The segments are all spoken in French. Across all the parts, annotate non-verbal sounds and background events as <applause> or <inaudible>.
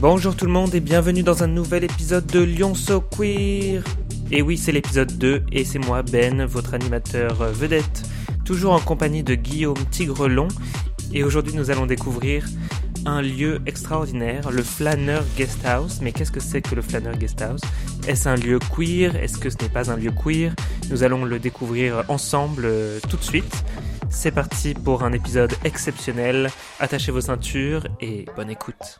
Bonjour tout le monde et bienvenue dans un nouvel épisode de Lyon So Queer. Et oui, c'est l'épisode 2 et c'est moi Ben, votre animateur euh, vedette, toujours en compagnie de Guillaume Tigrelon. Et aujourd'hui, nous allons découvrir un lieu extraordinaire, le Flâneur Guest House. Mais qu'est-ce que c'est que le Flâneur Guest House Est-ce un lieu queer Est-ce que ce n'est pas un lieu queer Nous allons le découvrir ensemble euh, tout de suite. C'est parti pour un épisode exceptionnel. Attachez vos ceintures et bonne écoute.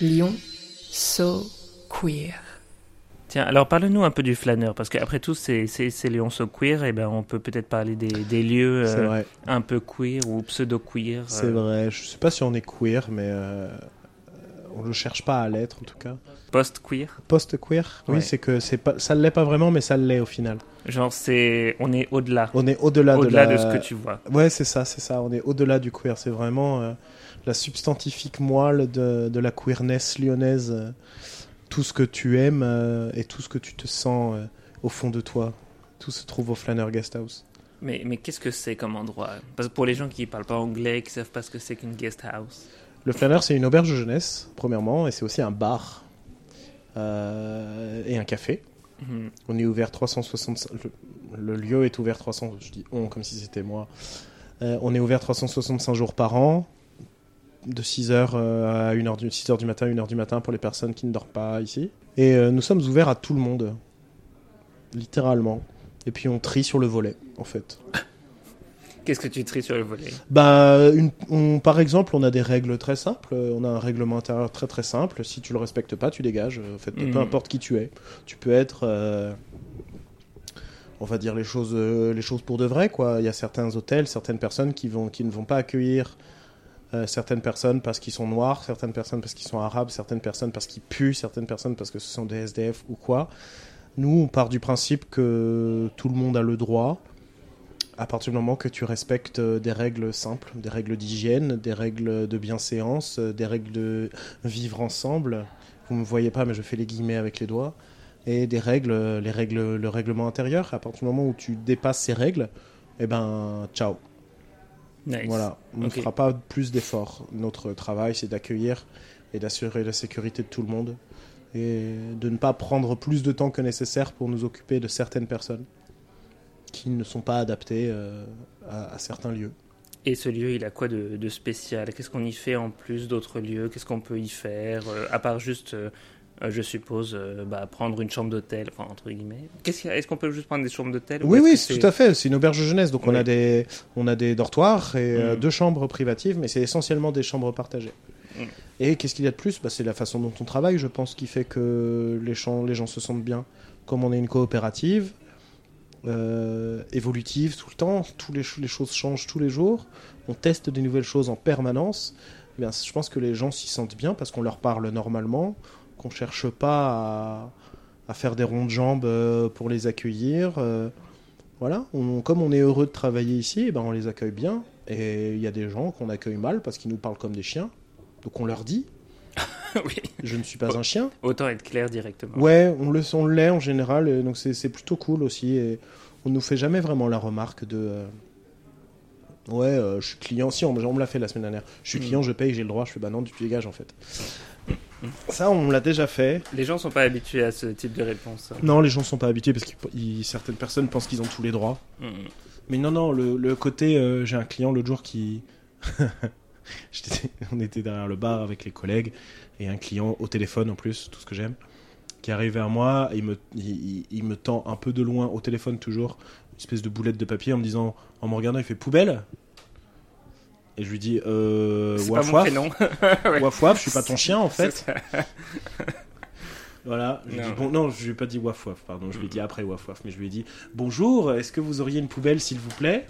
Lyon, so queer. Tiens, alors parle-nous un peu du flâneur, parce qu'après tout, c'est c'est- c'est Léon So Queer, et ben on peut peut-être parler des, des lieux C'est euh, vrai, un peu queer ou pseudo-queer. c'est euh. vrai. Je sais pas si on est queer, mais euh, on le cherche pas à l'être en tout cas. post-queer. Post-queer, Ouais. oui, c'est que c'est pas, ça l'est pas vraiment, mais ça l'est au final. Genre, c'est on est au-delà, On est au-delà de au-delà la. de, ce que tu vois. Ouais, c'est ça, c'est ça. On est au-delà du queer. C'est vraiment euh, la substantifique moelle de, de la queerness lyonnaise. euh, Tout ce que tu aimes euh, et tout ce que tu te sens euh, au fond de toi, tout se trouve au Flaneur Guest House. Mais, mais qu'est-ce que c'est comme endroit Parce que pour les gens qui parlent pas anglais, qui savent pas ce que c'est qu'une guest house. Le Flâneur, c'est une auberge de jeunesse, premièrement, et c'est aussi un bar euh, et un café. Mhm. On est ouvert 365. Le, le lieu est ouvert 300. Je dis on comme si c'était moi. Euh, on est ouvert 365 jours par an, de 6h euh, à 1h du, 6 heures du matin, 1h du matin pour les personnes qui ne dorment pas ici. Et euh, nous sommes ouverts à tout le monde, littéralement. Et puis on trie sur le volet, en fait. Qu'est-ce que tu tries sur le volet Bah, une- on- par exemple, on a des règles très simples. euh, On a un règlement intérieur très très simple. Si tu le respectes pas, tu dégages. euh, En fait, Mhm. peu importe qui tu es, tu peux être. euh, on va dire les choses, euh, les choses pour de vrai, quoi. Il y a certains hôtels, certaines personnes qui vont, qui ne vont pas accueillir euh, certaines personnes parce qu'ils sont noirs, certaines personnes parce qu'ils sont arabes, certaines personnes parce qu'ils puent, certaines personnes parce que ce sont des SDF ou quoi. Nous, on part du principe que tout le monde a le droit à partir du moment que tu respectes euh, des règles simples, des règles d'hygiène, des règles de bienséance, euh, des règles de vivre ensemble. Vous me voyez pas, mais je fais les guillemets avec les doigts. Et des règles, euh, les règles, le règlement intérieur. À partir du moment où tu dépasses ces règles, eh ben, ciao. Nice. Voilà, on ne Ok. fera pas plus d'efforts. Notre travail, c'est d'accueillir et d'assurer la sécurité de tout le monde et de ne pas prendre plus de temps que nécessaire pour nous occuper de certaines personnes qui ne sont pas adaptées euh, à, à certains lieux. Et ce lieu, il a quoi de, de spécial Qu'est-ce qu'on y fait en plus d'autres lieux Qu'est-ce qu'on peut y faire euh, À part juste, euh, euh, je suppose, euh, bah, prendre une chambre d'hôtel, enfin, entre guillemets. Qu'est-ce qu'il y a Est-ce qu'on peut juste prendre des chambres d'hôtel Oui, oui, c'est tout à fait. C'est une auberge de jeunesse, donc on Oui. a des on a des dortoirs et euh, Mhm. deux chambres privatives, mais c'est essentiellement des chambres partagées. Mhm. Et qu'est-ce qu'il y a de plus Bah, C'est la façon dont on travaille, je pense, qui fait que les gens, les gens se sentent bien. Comme on est une coopérative euh, évolutive tout le temps, tous les, ch- les choses changent tous les jours, on teste des nouvelles choses en permanence. eh bien, je pense que les gens s'y sentent bien parce qu'on leur parle normalement, qu'on cherche pas à, à faire des ronds de jambes euh, pour les accueillir. euh, voilà, on, comme on est heureux de travailler ici, eh ben on les accueille bien. Et il y a des gens qu'on accueille mal parce qu'ils nous parlent comme des chiens. Donc on leur dit, fait. <laughs> oui. je ne suis pas un chien. Autant être clair directement. Ouais, on le on l'est en général, et donc c'est c'est plutôt cool aussi. Et on nous fait jamais vraiment la remarque de. euh, Ouais, euh, je suis client. Si, on, me- on me l'a fait la semaine dernière. Je suis Mm. client, je paye, j'ai le droit. Je fais bah non, tu dégages en fait. Ça, on me l'a déjà fait. Les gens sont pas habitués à ce type de réponse. hein. Non, les gens sont pas habitués parce que certaines personnes pensent qu'ils ont tous les droits. Mm. Mais non, non, le, le côté. euh, j'ai un client l'autre jour qui. <laughs> J'étais- on était derrière le bar avec les collègues et un client au téléphone en plus, tout ce que j'aime, qui arrive vers moi. Il me, il, il- il me tend un peu de loin au téléphone toujours, une espèce de boulette de papier en me disant, en me regardant, il fait poubelle Et je lui dis, euh. c'est pas Waf mon waf, prénom. <laughs> ouais. waf waf, je suis <laughs> pas ton chien en fait. C'est ça. <laughs> Voilà, je lui Non. Mm. dis bon, non, je lui ai pas dit waf waf, pardon, je lui ai dit après waf waf, mais je lui ai dit bonjour, est-ce que vous auriez une poubelle s'il vous plaît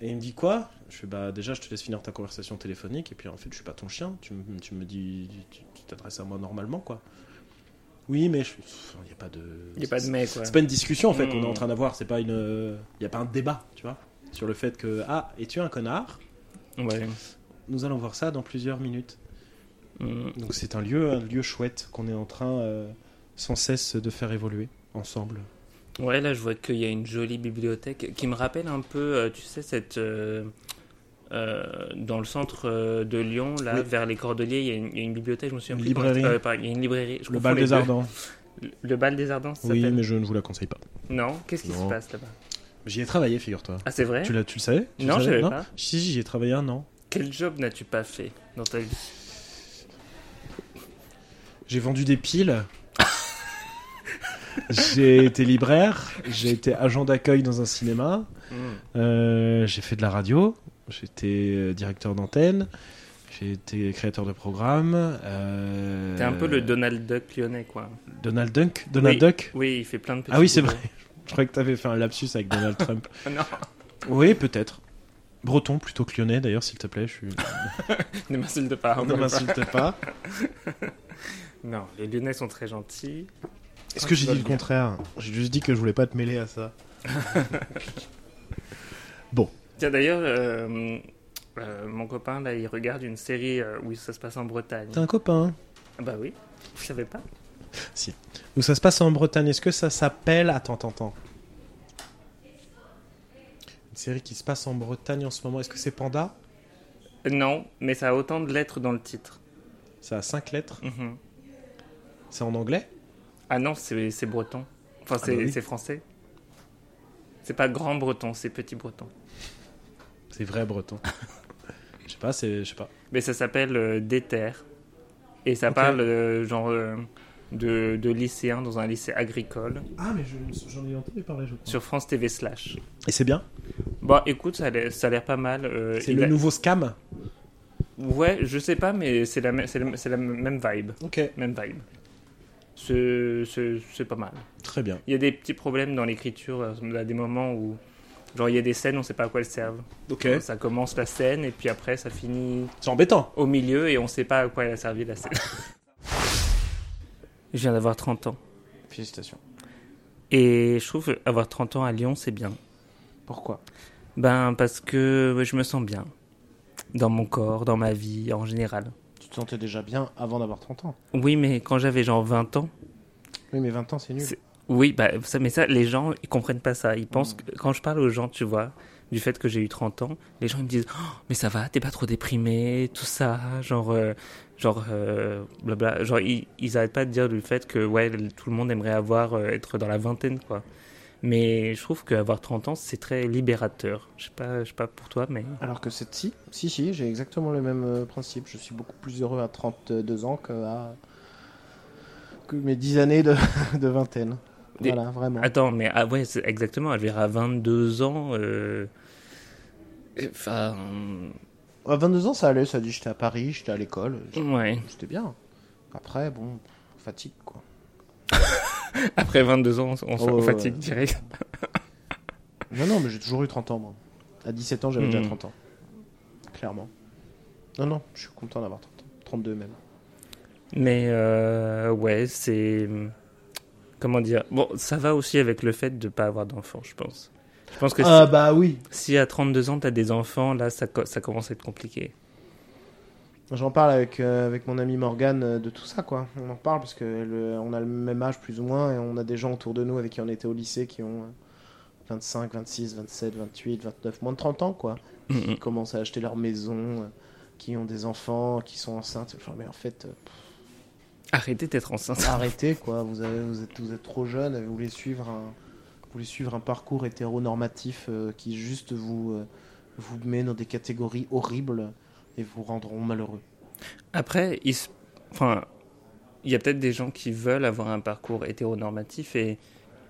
Et il me dit quoi Je fais bah déjà, je te laisse finir ta conversation téléphonique, et puis en fait, je suis pas ton chien, tu, me- tu me dis, tu tu t'adresses à moi normalement quoi. Oui, mais je- pff, il n'y a pas de. Il y a pas de mais, quoi. C'est pas une discussion en fait qu'on est Mm. en train d'avoir, c'est pas une. Il n'y a pas un débat, tu vois. sur le fait que ah, es-tu un connard Ouais. Nous allons voir ça dans plusieurs minutes. Mm. Donc c'est un lieu, un lieu chouette qu'on est en train euh, sans cesse de faire évoluer ensemble. Ouais, là, je vois qu'il y a une jolie bibliothèque qui me rappelle un peu, euh, tu sais, cette. euh, euh, dans le centre euh, de Lyon, là, Oui. vers les Cordeliers, il y a une, il y a une bibliothèque, je me souviens Une plus comment- librairie. euh, pas- il y a une librairie. Je le confonds bal les des deux. ardents. Le, le bal des Ardents, ça Oui, s'appelle mais je ne vous la conseille pas. Non, qu'est-ce qui se Non. passe là-bas J'y ai travaillé, figure-toi. Ah, c'est vrai Tu, l'as- tu le savais Tu Non, le je savais savais pas. Si, si, j'y ai travaillé un an. Quel job n'as-tu pas fait dans ta vie J'ai vendu des piles. j'ai été libraire. J'ai été agent d'accueil dans un cinéma. Hmm. Euh, j'ai fait de la radio. J'étais euh, directeur d'antenne. J'ai été créateur de programme. euh, T'es un peu le Donald Duck lyonnais, quoi. Donald Duck. Donald Oui. Duck. Oui, il fait plein de petits Ah oui, c'est boulots. vrai. Je croyais que t'avais fait un lapsus avec Donald Trump. <laughs> non, <laughs> Oui, peut-être. Breton plutôt que lyonnais, d'ailleurs, s'il te plaît. Je suis... ne m'insulte pas. ne encore une fois. <laughs> m'insulte Ah, pas. Non, les lyonnais sont très gentils. Est-ce que j'ai Ils dit le veulent bien. contraire J'ai juste dit que je voulais pas te mêler à ça. Tiens, d'ailleurs, euh, euh, mon copain, là, il regarde une série euh, où ça se passe en Bretagne. T'as un copain Ah bah oui, vous savez pas Donc ça se passe en Bretagne. Est-ce que ça s'appelle Attends, attends, attends. Une série qui se passe en Bretagne en ce moment. Est-ce que c'est Panda Euh, Non, mais ça a autant de lettres dans le titre. Ça a 5 lettres. Mhm. C'est en anglais Ah non, c'est c'est breton. Enfin, c'est bah oui. c'est français. C'est pas grand breton, c'est petit breton. C'est vrai <laughs> breton. Je sais pas, c'est. Je sais pas. Mais ça s'appelle euh, Des terres. Et ça Ok. parle, euh, genre, euh, de, de lycéens dans un lycée agricole Ah, mais j'en ai entendu parler, je crois. sur France TV Slash. Et c'est bien Bah écoute, ça a l'air ça a l'air pas mal. euh, C'est il le a- nouveau scam Ouais, je sais pas, mais c'est la, me- c'est la- c'est la même vibe. Ok. Même vibe. C'est- C'est c'est pas mal. Très bien. Il y a des petits problèmes dans l'écriture, euh, à des moments où, genre, il y a des scènes, on sait pas à quoi elles servent. Ok. Ça commence la scène, et puis après, ça finit C'est embêtant. au milieu, et on sait pas à quoi elle a servi la scène. <laughs> je viens d'avoir 30 ans. Félicitations. Et je trouve que avoir 30 ans à Lyon, c'est bien. Pourquoi Ben, parce que ouais, je me sens bien. Dans mon corps, dans ma vie, en général. Tu te sentais déjà bien avant d'avoir 30 ans. Oui, mais quand j'avais genre 20 ans, Oui, mais 20 ans, c'est nul. C'est- Oui, bah, ça, mais ça, les gens, ils comprennent pas ça. Ils pensent Mm. que, quand je parle aux gens, tu vois, du fait que j'ai eu 30 ans, les gens, ils me disent, Oh, mais ça va, t'es pas trop déprimé, tout ça, genre, euh, genre, euh, blabla. Genre, ils, ils arrêtent pas de dire du fait que, ouais, tout le monde aimerait avoir, euh, être dans la vingtaine, quoi. Mais je trouve qu'avoir 30 ans, c'est très libérateur. Je sais pas, je sais pas pour toi, mais. Alors que c'est si, si, si, j'ai exactement le même euh, principe. Je suis beaucoup plus heureux à 32 ans que à que mes 10 années de, <laughs> de vingtaine. Des- Voilà, vraiment. Attends, mais ah ouais, c'est- exactement, je verrai à 22 ans, euh, Enfin. À 22 ans, ça allait, ça dit j'étais à Paris, j'étais à l'école, j- Ouais. j'étais bien. Après, bon, fatigue quoi. Après 22 ans, on, s- Oh, on ouais, fatigue ouais. direct. Non, non, mais j'ai toujours eu 30 ans, moi. À 17 ans, j'avais Mhm. déjà 30 ans. Clairement. Non, non, je suis content d'avoir 30 ans. 32 même. Mais euh, ouais, c'est. Comment dire Bon, ça va aussi avec le fait de ne pas avoir d'enfants, je pense. Je pense que Ah, bah oui. si, si à 32 ans, tu as des enfants, là, ça, co- ça commence à être compliqué. J'en parle avec, euh, avec mon ami Morgane euh, de tout ça, quoi. On en parle parce que le- on a le même âge, plus ou moins, et on a des gens autour de nous avec qui on était au lycée qui ont euh, 25, 26, 27, 28, 29, moins de 30 ans, quoi. Mm, mm. Qui commencent à acheter leur maison, euh, qui ont des enfants, qui sont enceintes. Enfin, mais en fait, euh, pff, Arrêtez d'être enceinte. arrêtez, quoi. Vous, avez, vous, êtes, vous êtes trop jeune, vous voulez suivre un, vous voulez suivre un parcours hétéronormatif euh, qui juste vous, euh, vous met dans des catégories horribles et vous rendront malheureux. Après, il se- enfin, il y a peut-être des gens qui veulent avoir un parcours hétéronormatif et,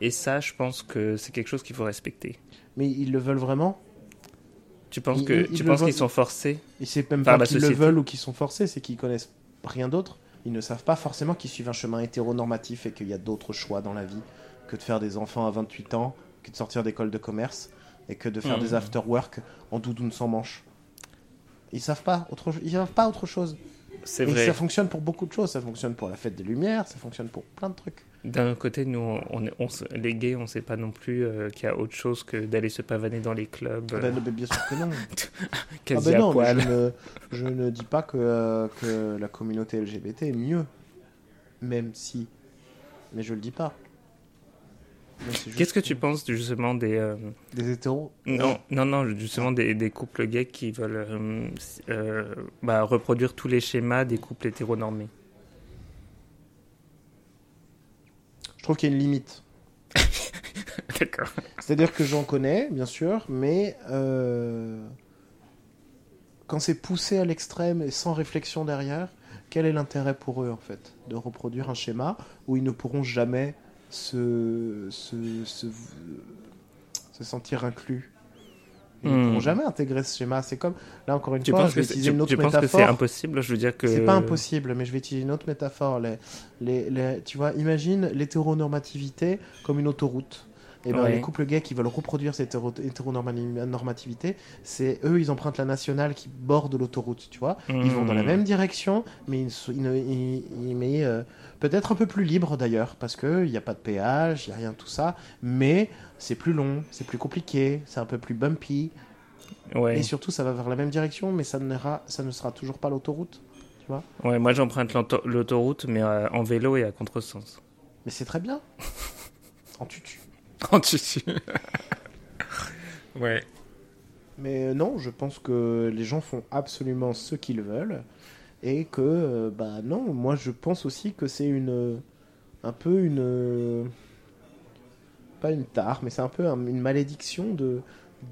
et ça, je pense que c'est quelque chose qu'il faut respecter. Mais ils le veulent vraiment Tu penses Ils- que- ils- tu ils penses le qu'ils sont voient- forcés Et c'est même Par pas la qu'ils le société. veulent ou qu'ils sont forcés, c'est qu'ils connaissent rien d'autre. Ils ne savent pas forcément qu'ils suivent un chemin hétéronormatif et qu'il y a d'autres choix dans la vie que de faire des enfants à 28 ans, que de sortir d'école de commerce et que de faire Mhm. des after-work en doudoune sans manche. Ils savent pas autre, ils savent pas autre chose. C'est Et vrai. ça fonctionne pour beaucoup de choses. Ça fonctionne pour la fête des Lumières, ça fonctionne pour plein de trucs. D'un côté, nous, on, on- on se- les gays, on sait pas non plus euh, qu'il y a autre chose que d'aller se pavaner dans les clubs, Ah euh, ben, ben, bien sûr que non. Ah quasi ben à non, mais poil. je, ne, je ne dis pas que, euh, que la communauté LGBT est mieux. Même si. Mais je le dis pas. Mais c'est juste Qu'est-ce que tu penses justement des euh, Des hétéros non non non justement des, des couples gays qui veulent euh, s- euh, bah, reproduire tous les schémas des couples <laughs> hétéronormés Je trouve qu'il y a une limite. D'accord. C'est-à-dire que j'en connais, bien sûr, mais euh, quand c'est poussé à l'extrême et sans réflexion derrière, quel est l'intérêt pour eux, en fait, de reproduire un schéma où ils ne pourront jamais se, se, se, se sentir inclus Ils ne Hmm. pourront jamais intégrer ce schéma. C'est comme, là encore une Tu fois, penses je vais que c'est- utiliser tu- une autre tu penses que c'est métaphore. impossible Je veux dire que C'est pas impossible, mais je vais utiliser une autre métaphore. Les, les, les- tu vois, imagine l'hétéronormativité comme une autoroute. Et ben, Ouais. les couples gays qui veulent reproduire cette hétéro- hétéronormativité, c'est eux, ils empruntent la nationale qui borde l'autoroute, tu vois. Ils vont dans la Hmm. même direction, mais, ils sont- ils ne- ils- ils- mais euh, peut-être un peu plus libre d'ailleurs, parce qu'il n'y a pas de péage, il n'y a rien de tout ça, mais c'est plus long, c'est plus compliqué, c'est un peu plus bumpy, Ouais. et surtout ça va vers la même direction, mais ça, n'ira- ça ne sera toujours pas l'autoroute, tu vois. Ouais, moi j'emprunte l'auto- l'autoroute, mais euh, en vélo et à <laughs> contresens. Mais c'est très bien. en tutu. Oh, En tissu. <laughs> ouais. Mais euh, non, je pense que les gens font absolument ce qu'ils veulent. Et que, euh, bah non, moi je pense aussi que c'est une. euh, Un peu une. euh, Pas une tare, mais c'est un peu un- une malédiction de,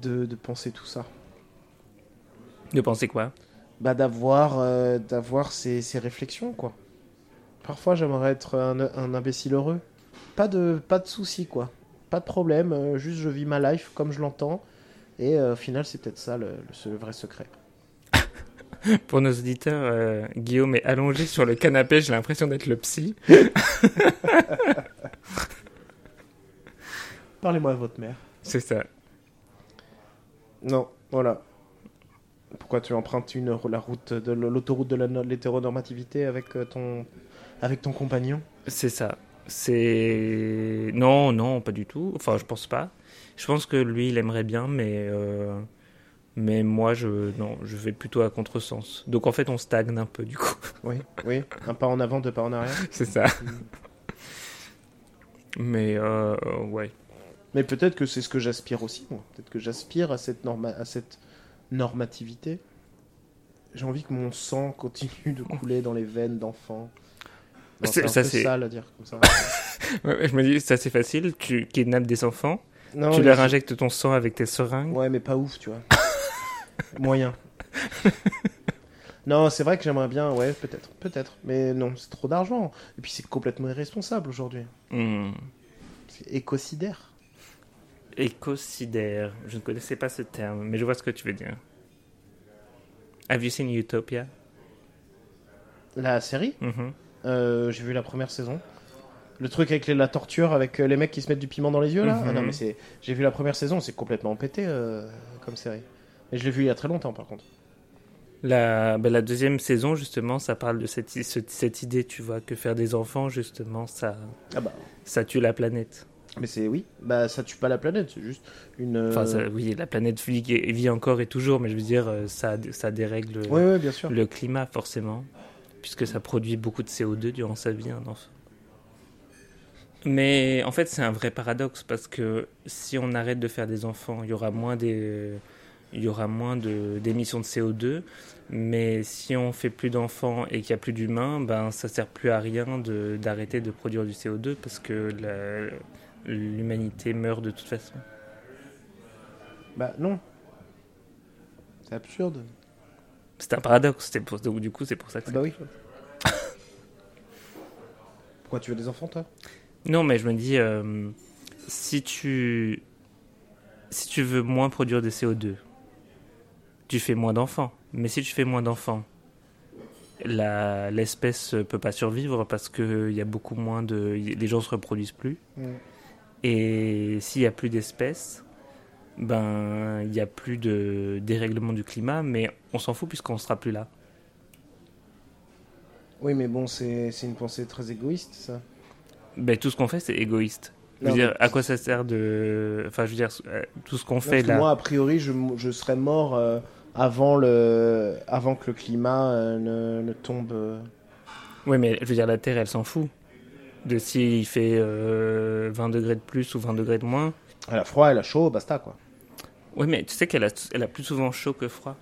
de, de penser tout ça. De penser quoi Bah d'avoir euh, d'avoir ces, ces réflexions, quoi. Parfois j'aimerais être un, un imbécile heureux. Pas de, pas de soucis, quoi. Pas de problème, euh, juste je vis ma life comme je l'entends. Et euh, au final, c'est peut-être ça le, le- le vrai secret. Pour nos auditeurs, euh, Guillaume est allongé sur le canapé, j'ai l'impression d'être le psy. Parlez-moi à votre mère. C'est ça. Non, voilà. Pourquoi tu empruntes une, la route de l'autoroute de la no- l'hétéronormativité avec euh, ton avec ton compagnon C'est ça. C'est. Non, non, pas du tout. Enfin, je pense pas. Je pense que lui, il aimerait bien, mais. euh, Mais moi, je. Non, je vais plutôt à contresens. Donc en fait, on stagne un peu, du coup. <laughs> Oui, oui. Un pas en avant, deux pas en arrière. C'est ça. Mais, euh, ouais. Mais peut-être que c'est ce que j'aspire aussi, moi. Peut-être que j'aspire à cette norma- à cette normativité. J'ai envie que mon sang continue de couler dans les veines d'enfants. C'est- Non, C'est un ça, peu c'est- sale à dire <laughs> comme ça. Ouais, ouais, Je me dis, ça c'est facile, tu kidnappes des enfants, Non, tu mais leur je- injectes ton sang avec tes seringues. Ouais, mais pas ouf, tu vois. Moyen. non, c'est vrai que j'aimerais bien, ouais, peut-être, peut-être. Mais non, c'est trop d'argent. Et puis c'est complètement irresponsable aujourd'hui. Hmm. C'est écocidaire. Écocidaire. Je ne connaissais pas ce terme, mais je vois ce que tu veux dire. Have you seen Utopia? La série, Mhm. euh, j'ai vu la première saison. Le truc avec les- la torture, avec euh, les mecs qui se mettent du piment dans les yeux, là. Mhm. Ah non, mais c'est. J'ai vu la première saison, c'est complètement pété euh, comme série. Et je l'ai vu il y a très longtemps, par contre. La, ben, la deuxième saison, justement, ça parle de cette, i- ce- cette idée, tu vois, que faire des enfants, justement, ça, Ah bah. ça tue la planète. Mais c'est oui, bah ça tue pas la planète, c'est juste une. euh, Enfin, ça- oui, la planète vit, vit encore et toujours, mais je veux dire, euh, ça, ça dérègle Ouais, ouais, bien sûr. le climat, forcément, puisque ça produit beaucoup de CO2 durant sa vie, un enfant. Mais en fait, c'est un vrai paradoxe, parce que si on arrête de faire des enfants, il y aura moins des... Il y aura moins de- d'émissions de, CO2, mais si on fait plus d'enfants et qu'il n'y a plus d'humains, ben ça sert plus à rien de- d'arrêter de, produire du CO2 parce que la- l'humanité meurt de toute façon. Bah non. C'est absurde. C'est un paradoxe, c'est pour- donc du coup c'est pour ça que Ah c'est bah oui. Pourquoi tu veux des enfants, toi Non, mais je me dis, euh, si tu si tu veux moins produire de CO2, tu fais moins d'enfants. Mais si tu fais moins d'enfants, la- l'espèce peut pas survivre parce que il y a beaucoup moins de y- les gens se reproduisent plus. Mm. Et s'il y a plus d'espèces, ben il y a plus de dérèglement du climat, mais on s'en fout puisqu'on sera plus là. Oui, mais bon, c'est c'est une pensée très égoïste, ça. Ben, tout ce qu'on fait, c'est égoïste. Je veux Non, dire, mais- à quoi ça sert de. Enfin, je veux dire, euh, tout ce qu'on Non, fait parce que là. Moi, a priori, je, m- je serais mort euh, avant, le, avant que le climat euh, ne, ne tombe. euh. Oui, mais je veux dire, la Terre, elle s'en fout. De s'il fait euh, 20 degrés de plus ou 20 degrés de moins. Elle a froid, elle a chaud, basta quoi. Oui, mais tu sais qu'elle a, elle a plus souvent chaud que froid.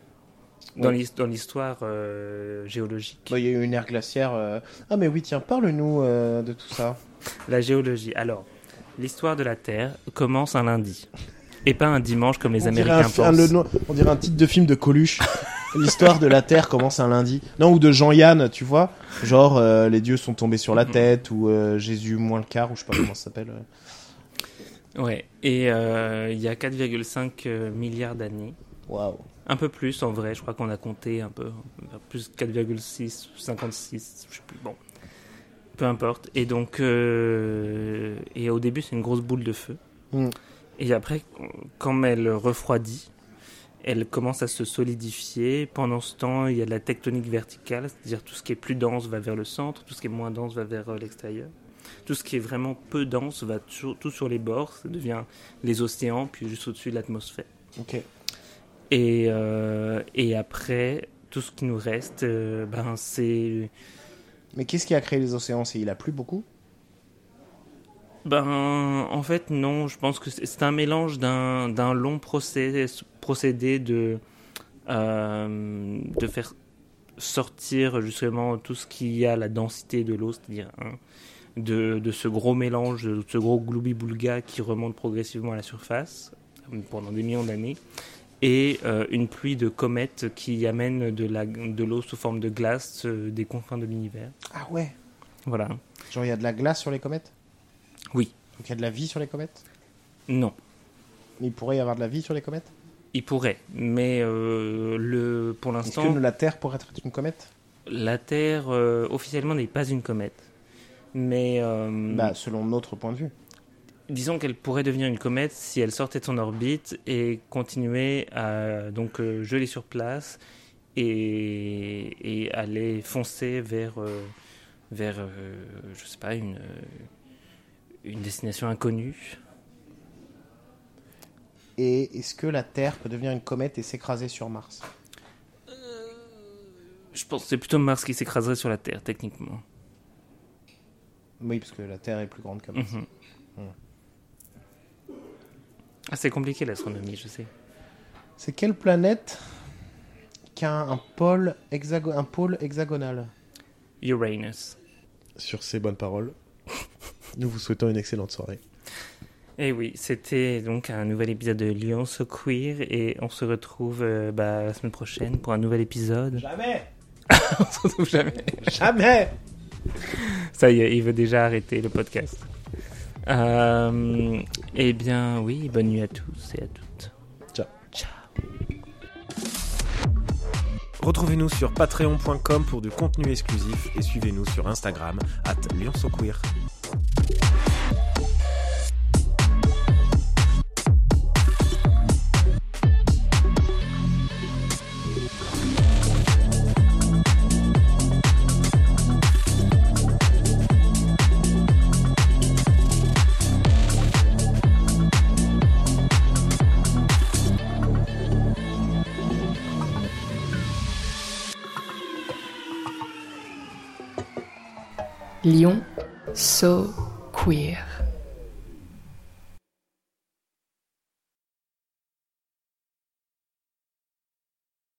Dans Ouais. l'his- dans l'histoire euh, géologique. Bon, Bah, Il y a eu une ère glaciaire. euh. Ah, mais oui, tiens, parle-nous euh, de tout ça. La géologie. Alors, l'histoire de la Terre commence un lundi. Et pas un dimanche comme les on, dirait Américains un, pensent. un- le nom- on dirait un titre de film <laughs> de Coluche. L'histoire de la Terre commence un lundi. Non, ou de Jean-Yann, tu vois. Genre, euh, les dieux sont tombés sur la tête, ou euh, Jésus moins le quart, ou je sais pas comment ça s'appelle. euh. Ouais. Et euh, il y a 4,5 euh, milliards d'années. Waouh. Un peu plus en vrai, je crois qu'on a compté un peu, un peu plus 4,6, 56, je sais plus, bon, peu importe. Et donc, euh, et au début c'est une grosse boule de feu. Mm. Et après, comme elle refroidit, elle commence à se solidifier. Pendant ce temps, il y a de la tectonique verticale, c'est-à-dire tout ce qui est plus dense va vers le centre, tout ce qui est moins dense va vers euh, l'extérieur. Tout ce qui est vraiment peu dense va sur- tout sur les bords, ça devient les océans, puis juste au-dessus de l'atmosphère. Ok. Et, euh, et après, tout ce qui nous reste, euh, ben, c'est. Mais qu'est-ce qui a créé les océans C'est il a plu beaucoup Ben, en fait, non, je pense que c'est- c'est un mélange d'un d'un long procé- procédé de, euh, de faire sortir justement tout ce qui a la densité de l'eau, c'est-à-dire hein, de, de ce gros mélange, de ce gros gloubi-boulga qui remonte progressivement à la surface euh, pendant des millions d'années, et euh, une pluie de comètes qui amène de la- de l'eau sous forme de glace euh, des confins de l'univers. Ah ouais. Voilà. Genre, il y a de la glace sur les comètes Oui. Donc, il y a de la vie sur les comètes Non. Il pourrait y avoir de la vie sur les comètes Il pourrait, mais euh, le, pour Est-ce l'instant, que la Terre pourrait être une comète la Terre euh, officiellement n'est pas une comète. Mais euh, Bah, selon notre point de vue. disons qu'elle pourrait devenir une comète si elle sortait de son orbite et continuait à donc euh, geler sur place et, et aller foncer vers euh, vers euh, je sais pas une euh, une destination inconnue. Et est-ce que la Terre peut devenir une comète et s'écraser sur Mars Je pense que c'est plutôt Mars qui s'écraserait sur la Terre techniquement. Oui, parce que la Terre est plus grande que Mars. Mhm. Ah, c'est compliqué l'astronomie, je sais. C'est quelle planète qui a un pôle, hexago- un pôle hexagonal Uranus. Sur ces bonnes paroles, nous vous souhaitons une excellente soirée. Et Eh oui, c'était donc un nouvel épisode de Lyon So Queer et on se retrouve euh, bah, la semaine prochaine pour un nouvel épisode. Jamais <laughs> On se retrouve jamais. Jamais Ça y est, il veut déjà arrêter le podcast. Euh, eh bien oui, bonne nuit à tous et à toutes. Retrouvez-nous sur patreon.com pour du contenu exclusif et suivez-nous sur Instagram at lionsoqueer. Lyon So Queer.